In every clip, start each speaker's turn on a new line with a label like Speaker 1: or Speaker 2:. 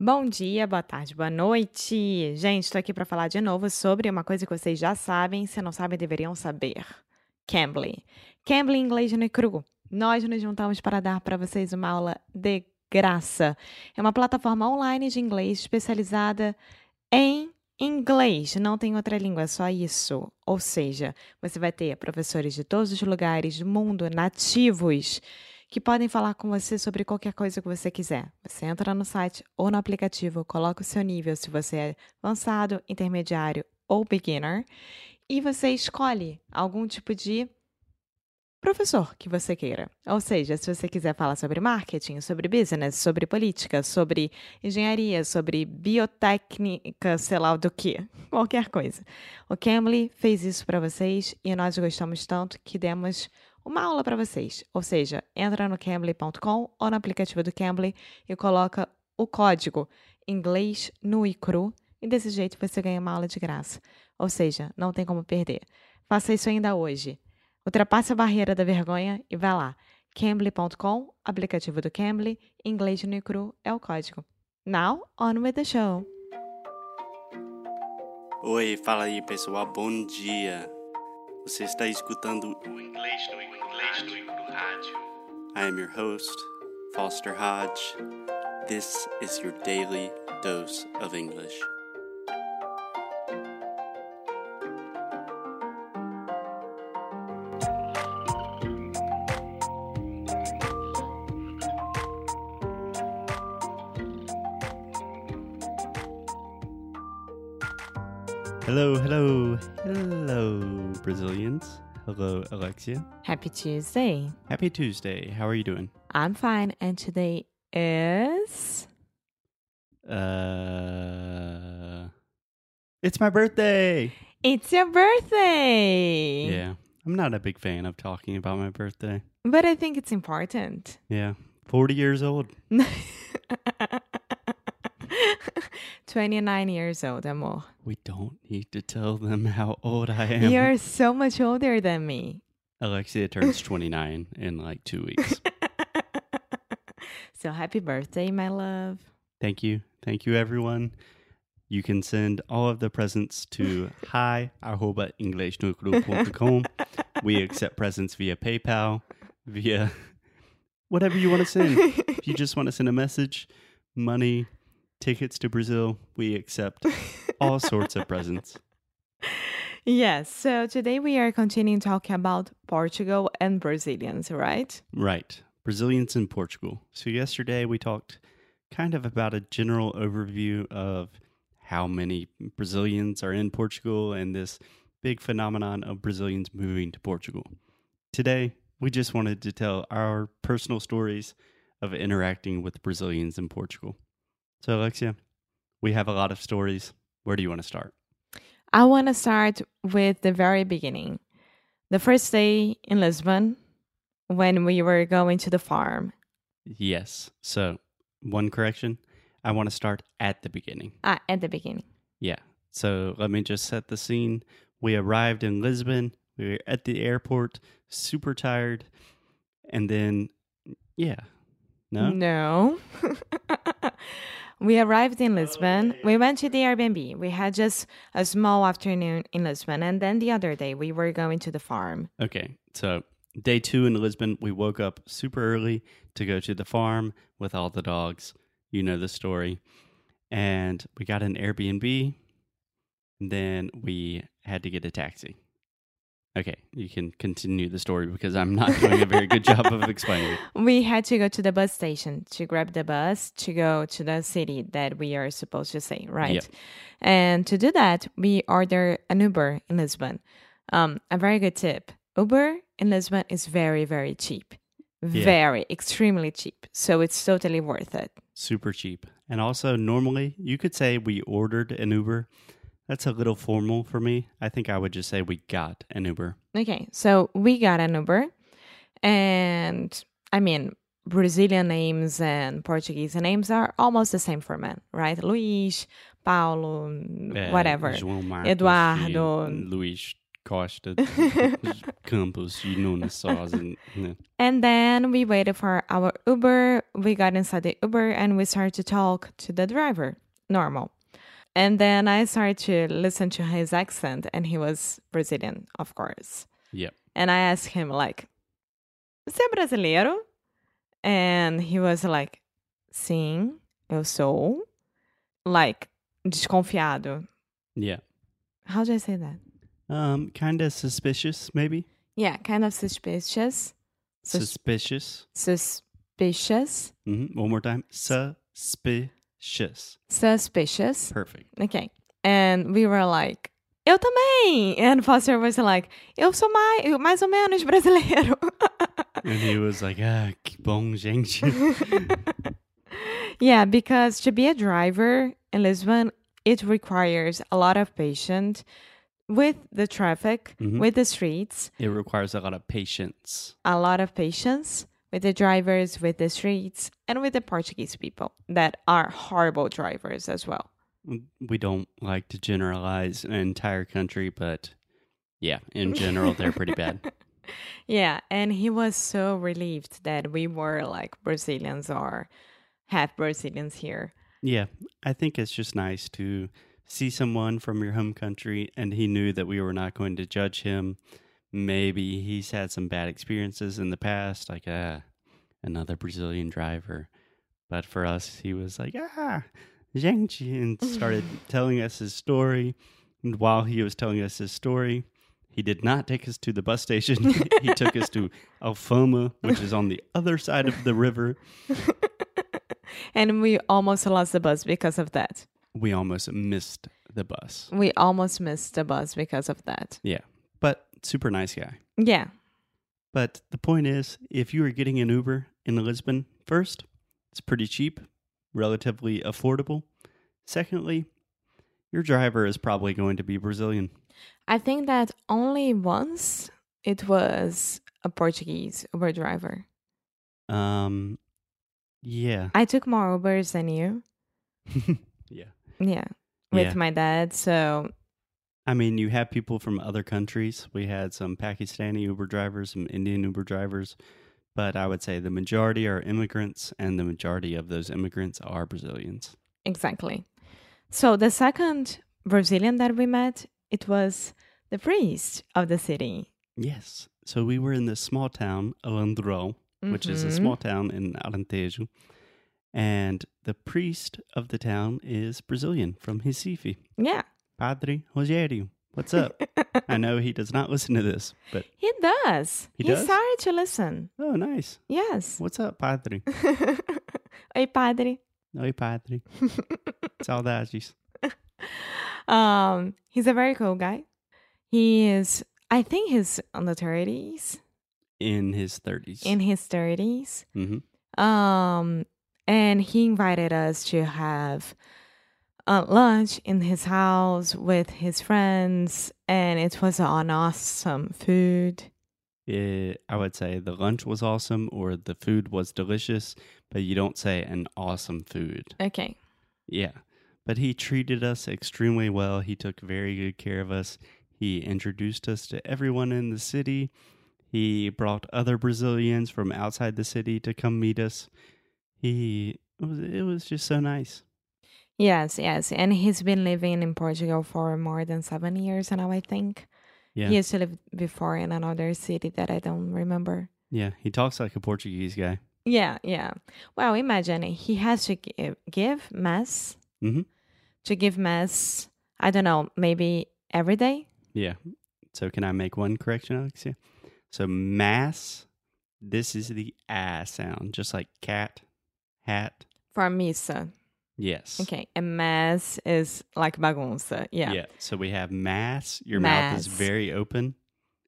Speaker 1: Bom dia, boa tarde, boa noite. Gente, estou aqui para falar de novo sobre uma coisa que vocês já sabem, se não sabem, deveriam saber. Cambly. Cambly em inglês no e cru. Nós nos juntamos para dar para vocês uma aula de graça. É uma plataforma online de inglês especializada em inglês. Não tem outra língua, é só isso. Ou seja, você vai ter professores de todos os lugares do mundo, nativos, que podem falar com você sobre qualquer coisa que você quiser. Você entra no site ou no aplicativo, coloca o seu nível, se você é avançado, intermediário ou beginner, e você escolhe algum tipo de professor que você queira. Ou seja, se você quiser falar sobre marketing, sobre business, sobre política, sobre engenharia, sobre biotécnica, sei lá do que, qualquer coisa. O Cambly fez isso para vocês e nós gostamos tanto que demos uma aula para vocês. Ou seja, entra no cambly.com ou no aplicativo do Cambly e coloca o código inglês nu e cru e desse jeito você ganha uma aula de graça. Ou seja, não tem como perder. Faça isso ainda hoje. Ultrapasse a barreira da vergonha e vá lá. Cambly.com, aplicativo do Cambly, inglês no cru é o código. Now, on with the show.
Speaker 2: Oi, fala aí pessoal, bom dia. Você está escutando
Speaker 3: O inglês no inglês no rádio.
Speaker 2: I am your host, Foster Hodge. This is your daily dose of English. Hello, hello, hello, Brazilians. Hello, Alexia.
Speaker 1: Happy Tuesday.
Speaker 2: Happy Tuesday. How are you doing?
Speaker 1: I'm fine and today is
Speaker 2: Uh, it's my birthday.
Speaker 1: It's your birthday.
Speaker 2: Yeah, I'm not a big fan of talking about my birthday.
Speaker 1: But I think it's important.
Speaker 2: Yeah, 40 years old.
Speaker 1: 29 years old, amor.
Speaker 2: We don't need to tell them how old I am.
Speaker 1: You're so much older than me.
Speaker 2: Alexia turns 29 in like two weeks.
Speaker 1: So happy birthday, my love.
Speaker 2: Thank you. Thank you, everyone. You can send all of the presents to hi arroba englishnucru.com. We accept presents via PayPal, via whatever you want to send. If you just want to send a message, money, tickets to Brazil, we accept all sorts of presents.
Speaker 1: Yes, so today we are continuing talking about Portugal and Brazilians, right?
Speaker 2: Right. Brazilians in Portugal. So, yesterday we talked kind of about a general overview of how many Brazilians are in Portugal and this big phenomenon of Brazilians moving to Portugal. Today, we just wanted to tell our personal stories of interacting with Brazilians in Portugal. So, Alexia, we have a lot of stories. Where do you want to start?
Speaker 1: I want to start with the very beginning. The first day in Lisbon when we were going to the farm.
Speaker 2: Yes. So, one correction I want to start at the beginning.
Speaker 1: Ah, at the beginning.
Speaker 2: Yeah. So let me just set the scene. We arrived in Lisbon. We were at the airport, super tired. And then, yeah. No?
Speaker 1: No. we arrived in Lisbon. We went to the Airbnb. We had just a small afternoon in Lisbon. And then the other day, we were going to the farm.
Speaker 2: Okay. So day two in Lisbon, we woke up super early to go to the farm with all the dogs. You know the story. And we got an Airbnb. Then we had to get a taxi. Okay, you can continue the story because I'm not doing a very good job of explaining it.
Speaker 1: We had to go to the bus station to grab the bus to go to the city that we are supposed to say, right?
Speaker 2: Yep.
Speaker 1: And to do that, we order an Uber in Lisbon. Um, a very good tip Uber in Lisbon is very, very cheap.
Speaker 2: Yeah.
Speaker 1: Very, extremely cheap. So it's totally worth it.
Speaker 2: super cheap. And also, normally you could say we ordered an Uber. That's a little formal for me. I think I would just say we got an Uber.
Speaker 1: Okay, so we got an Uber, and I mean, Brazilian names and Portuguese names are almost the same for men, right? Luis, Paulo,
Speaker 2: Uh,
Speaker 1: whatever.
Speaker 2: João Marcos
Speaker 1: Eduardo.
Speaker 2: e Luís Costa Campos, you know, na sós, and- né?
Speaker 1: And then we waited for our Uber. We got inside the Uber and we started to talk to the driver, normal. And then I started to listen to his accent, and he was Brazilian, of course.
Speaker 2: Yep.
Speaker 1: And I asked him, like, Você é brasileiro? And he was like, Sim, eu sou. Like, desconfiado.
Speaker 2: Yeah.
Speaker 1: How do I say that?
Speaker 2: Um, kind of suspicious, maybe.
Speaker 1: Yeah, kind of suspicious. Sus-
Speaker 2: Suspicious.
Speaker 1: Suspicious.
Speaker 2: hmm One more time. Suspicious.
Speaker 1: Suspicious.
Speaker 2: Perfect.
Speaker 1: Okay. And we were like, eu também. And Foster was like, eu sou mais, mais ou menos brasileiro.
Speaker 2: And he was like, ah, que bom, gente.
Speaker 1: yeah, because to be a driver in Lisbon, it requires a lot of patience with the traffic,
Speaker 2: Mhm.
Speaker 1: with the streets,
Speaker 2: it requires a lot of patience.
Speaker 1: a lot of patience with the drivers, with the streets, and with the Portuguese people that are horrible drivers as well.
Speaker 2: We don't like to generalize an entire country, but yeah, in general, they're pretty bad.
Speaker 1: Yeah, and he was so relieved that we were like Brazilians or half Brazilians here.
Speaker 2: Yeah, I think it's just nice to see someone from your home country, and he knew that we were not going to judge him. Maybe he's had some bad experiences in the past, like ah, another Brazilian driver. But for us, he was like, ah, gente, and started telling us his story. And while he was telling us his story, he did not take us to the bus station. he took us to Alfoma, which is on the other side of the river.
Speaker 1: And we almost lost the bus because of that.
Speaker 2: We almost missed the bus.
Speaker 1: We almost missed the bus because of that.
Speaker 2: Yeah. But super nice guy.
Speaker 1: Yeah.
Speaker 2: But the point is, if you are getting an Uber in Lisbon, first, it's pretty cheap, relatively affordable. Secondly, your driver is probably going to be Brazilian.
Speaker 1: I think that only once it was a Portuguese Uber driver.
Speaker 2: Um yeah.
Speaker 1: I took more Ubers than you.
Speaker 2: yeah.
Speaker 1: Yeah. With
Speaker 2: Yeah.
Speaker 1: my dad. So,
Speaker 2: I mean, you have people from other countries. We had some Pakistani Uber drivers, some Indian Uber drivers, but I would say the majority are immigrants and the majority of those immigrants are Brazilians.
Speaker 1: exactly. So, the second Brazilian that we met, it was the priest of the city.
Speaker 2: Yes. So we were in this small town, Alandro, which is a
Speaker 1: Mhm.
Speaker 2: small town in Alentejo. And the priest of the town is Brazilian from Recife,
Speaker 1: Yeah.
Speaker 2: Padre Rogério. What's up? I know he does not listen to this, but
Speaker 1: He does.
Speaker 2: He does?
Speaker 1: started to listen.
Speaker 2: oh, nice.
Speaker 1: Yes.
Speaker 2: What's up, Padre?
Speaker 1: Oi, padre.
Speaker 2: Oi, Padre. Saudades.
Speaker 1: Um, he's a very cool guy. He is, I think he's on the 30s,
Speaker 2: In his 30s.
Speaker 1: in his 30s.
Speaker 2: hmm
Speaker 1: Um, and he invited us to have uh, lunch in his house with his friends, and it was an awesome food.
Speaker 2: Eh, I would say the lunch was awesome or the food was delicious, but you don't say an awesome food.
Speaker 1: Okay.
Speaker 2: Yeah. But he treated us extremely well. He took very good care of us. He introduced us to everyone in the city. He brought other Brazilians from outside the city to come meet us. He it was, it was just so nice.
Speaker 1: Yes, yes. And he's been living in Portugal for more than seven years now, I think.
Speaker 2: Yeah.
Speaker 1: He used to live before in another city that I don't remember.
Speaker 2: Yeah, he talks like a Portuguese guy.
Speaker 1: Yeah, yeah. Well, imagine he has to give, give mass.
Speaker 2: Mhm.
Speaker 1: To give mass, I don't know, maybe every day?
Speaker 2: Yeah. So can I make one correction, Alexia? So mass this is the ah sound, just like cat, hat.
Speaker 1: For missa.
Speaker 2: Yes.
Speaker 1: Okay. And mass is like bagunça. Yeah.
Speaker 2: Yeah. So we have mass. Your mouth is
Speaker 1: Mass.
Speaker 2: very open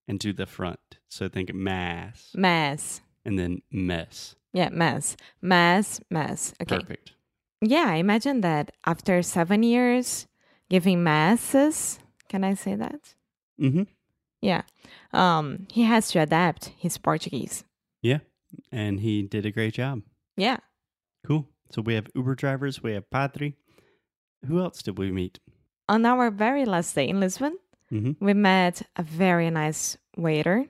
Speaker 2: and to the front. So think mass
Speaker 1: Mass.
Speaker 2: and then mess.
Speaker 1: Yeah, mass. Mass, mass. Okay.
Speaker 2: Perfect.
Speaker 1: Yeah, imagine that after seven years giving masses. Can I say that?
Speaker 2: Mm-hmm.
Speaker 1: Yeah. Um, he has to adapt his Portuguese.
Speaker 2: Yeah. And he did a great job.
Speaker 1: Yeah.
Speaker 2: Cool. So we have Uber drivers. We have Padre. Who else did we meet?
Speaker 1: On our very last day in Lisbon,
Speaker 2: Mhm.
Speaker 1: we met a very nice waiter.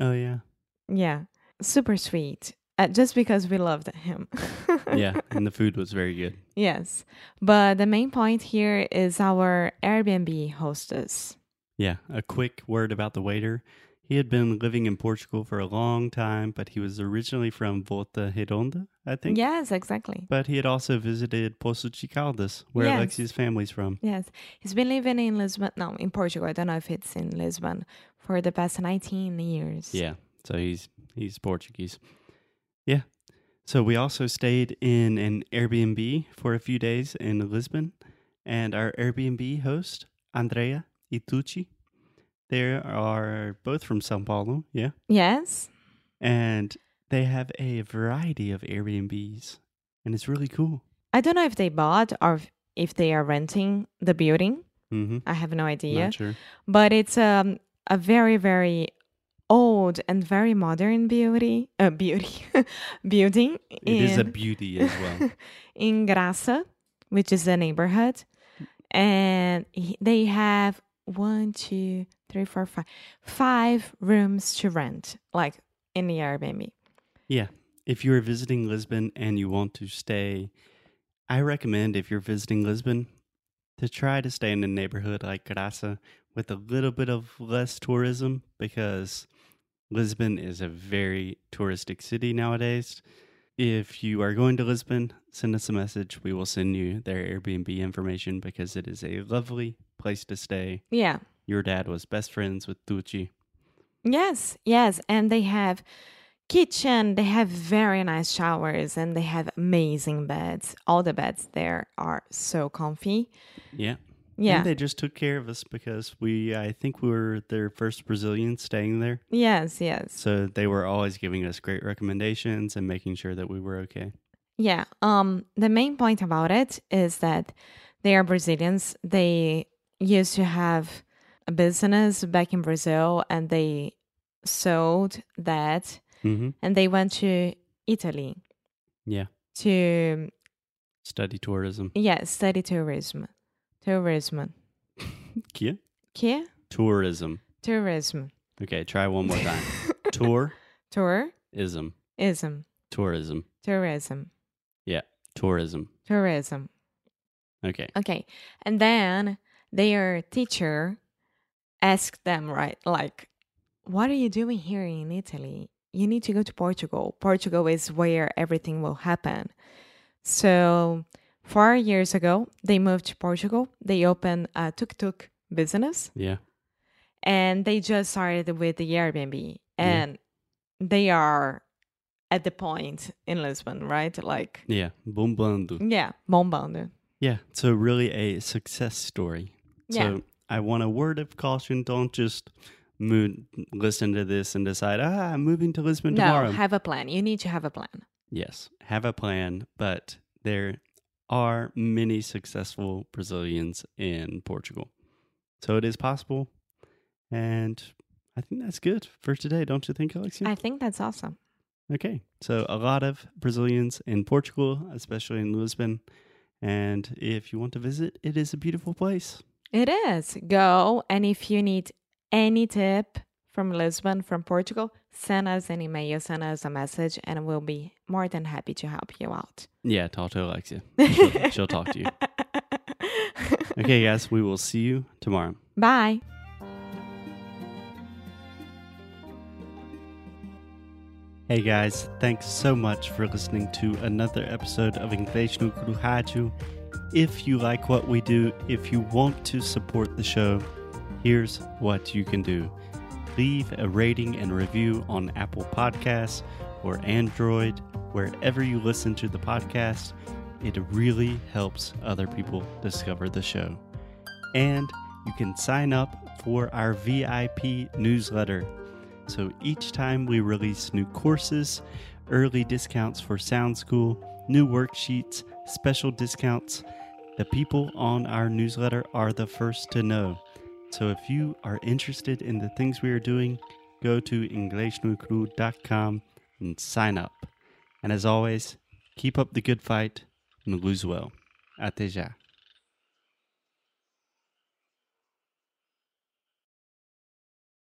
Speaker 2: Oh yeah.
Speaker 1: Yeah, super sweet. Uh, just because we loved him.
Speaker 2: Yeah, and the food was very good.
Speaker 1: Yes. But the main point here is our Airbnb hostess.
Speaker 2: Yeah, a quick word about the waiter. He had been living in Portugal for a long time, but he was originally from Volta Redonda, I think.
Speaker 1: Yes, exactly.
Speaker 2: But he had also visited Poço de Caldas, where
Speaker 1: Yes.
Speaker 2: Alexi's family's from.
Speaker 1: Yes. He's been living in Lisbon, no, in Portugal. I don't know if it's in Lisbon for the past 19 years.
Speaker 2: Yeah. So he's he's Portuguese. Yeah. So we also stayed in an Airbnb for a few days in Lisbon, and our Airbnb host Andrea Itucci. They are both from São Paulo. Yeah,
Speaker 1: Yes.
Speaker 2: and they have a variety of Airbnbs, and it's really cool.
Speaker 1: I don't know if they bought or if- if they are renting the building.
Speaker 2: Mm-hmm.
Speaker 1: I have no idea.
Speaker 2: Not sure.
Speaker 1: But it's um, a very, very old and very modern beauty, uh, beauty building.
Speaker 2: It is a
Speaker 1: in-
Speaker 2: beauty as well.
Speaker 1: in Graça, which is a neighborhood, and he- they have one, two, three, four, five, five rooms to rent, like in the Airbnb.
Speaker 2: Yeah. If you're visiting Lisbon and you want to stay, I recommend if you're visiting Lisbon to try to stay in a neighborhood like Graça with a little bit of less tourism because Lisbon is a very touristic city nowadays. If you are going to Lisbon, send us a message. We will send you their Airbnb information because it is a lovely place to stay.
Speaker 1: Yeah.
Speaker 2: Your dad was best friends with Tucci.
Speaker 1: Yes. Yes. And they have kitchen. They have very nice showers, and they have amazing beds. All the beds there are so comfy.
Speaker 2: Yeah.
Speaker 1: Yeah.
Speaker 2: And they just took care of us because we, I think we were their first Brazilians staying there.
Speaker 1: yes. Yes.
Speaker 2: So they were always giving us great recommendations and making sure that we were okay.
Speaker 1: Yeah. Um the main point about it is that they are Brazilians. They used to have a business back in Brazil and they sold that
Speaker 2: Mm-hmm.
Speaker 1: and they went to Italy
Speaker 2: Yeah.
Speaker 1: to
Speaker 2: Study tourism.
Speaker 1: yeah, study tourism. Tourism.
Speaker 2: Yeah.
Speaker 1: Que?
Speaker 2: Tourism.
Speaker 1: Tourism.
Speaker 2: Okay, try one more time. Tourism.
Speaker 1: Tourism.
Speaker 2: Tourism.
Speaker 1: Tourism.
Speaker 2: Tourism.
Speaker 1: Tourism.
Speaker 2: Okay.
Speaker 1: Okay. And then their teacher asked them, right, like, what are you doing here in Italy? You need to go to Portugal. Portugal is where everything will happen. So, four years ago, they moved to Portugal. They opened a tuk tuk business
Speaker 2: Yeah.
Speaker 1: and they just started with the Airbnb.
Speaker 2: Yeah.
Speaker 1: And they are at the point in Lisbon, right? Like,
Speaker 2: Yeah. Bombando.
Speaker 1: yeah, bombando.
Speaker 2: Yeah. So really a success story.
Speaker 1: Yeah.
Speaker 2: So I want a word of caution. Don't just mo- listen to this and decide, ah, I'm moving to Lisbon
Speaker 1: No,
Speaker 2: tomorrow.
Speaker 1: have a plan. You need to have a plan.
Speaker 2: Yes, have a plan, but there are many successful Brazilians in Portugal. So it is possible. And I think that's good for today, don't you think, Alexia?
Speaker 1: I think that's awesome.
Speaker 2: okay. So a lot of Brazilians in Portugal, especially in Lisbon. And if you want to visit, it is a beautiful place.
Speaker 1: It is. Go. And if you need any tip from Lisbon, from Portugal, send us an email, send us a message, and we'll be more than happy to help you out.
Speaker 2: Yeah, talk to Alexia. She'll, she'll talk to you. Okay, guys, we will see you tomorrow.
Speaker 1: Bye.
Speaker 2: Hey guys, thanks so much for listening to another episode of Inglês no Curujaju. If you like what we do, if you want to support the show, here's what you can do. Leave a rating and review on Apple Podcasts or Android, wherever you listen to the podcast. It really helps other people discover the show. And you can sign up for our VIP newsletter. So each time we release new courses, early discounts for Sound School, new worksheets, special discounts, the people on our newsletter are the first to know. So if you are interested in the things we are doing, go to inglesnucru.com and sign up. And as always, keep up the good fight and lose well. Até já.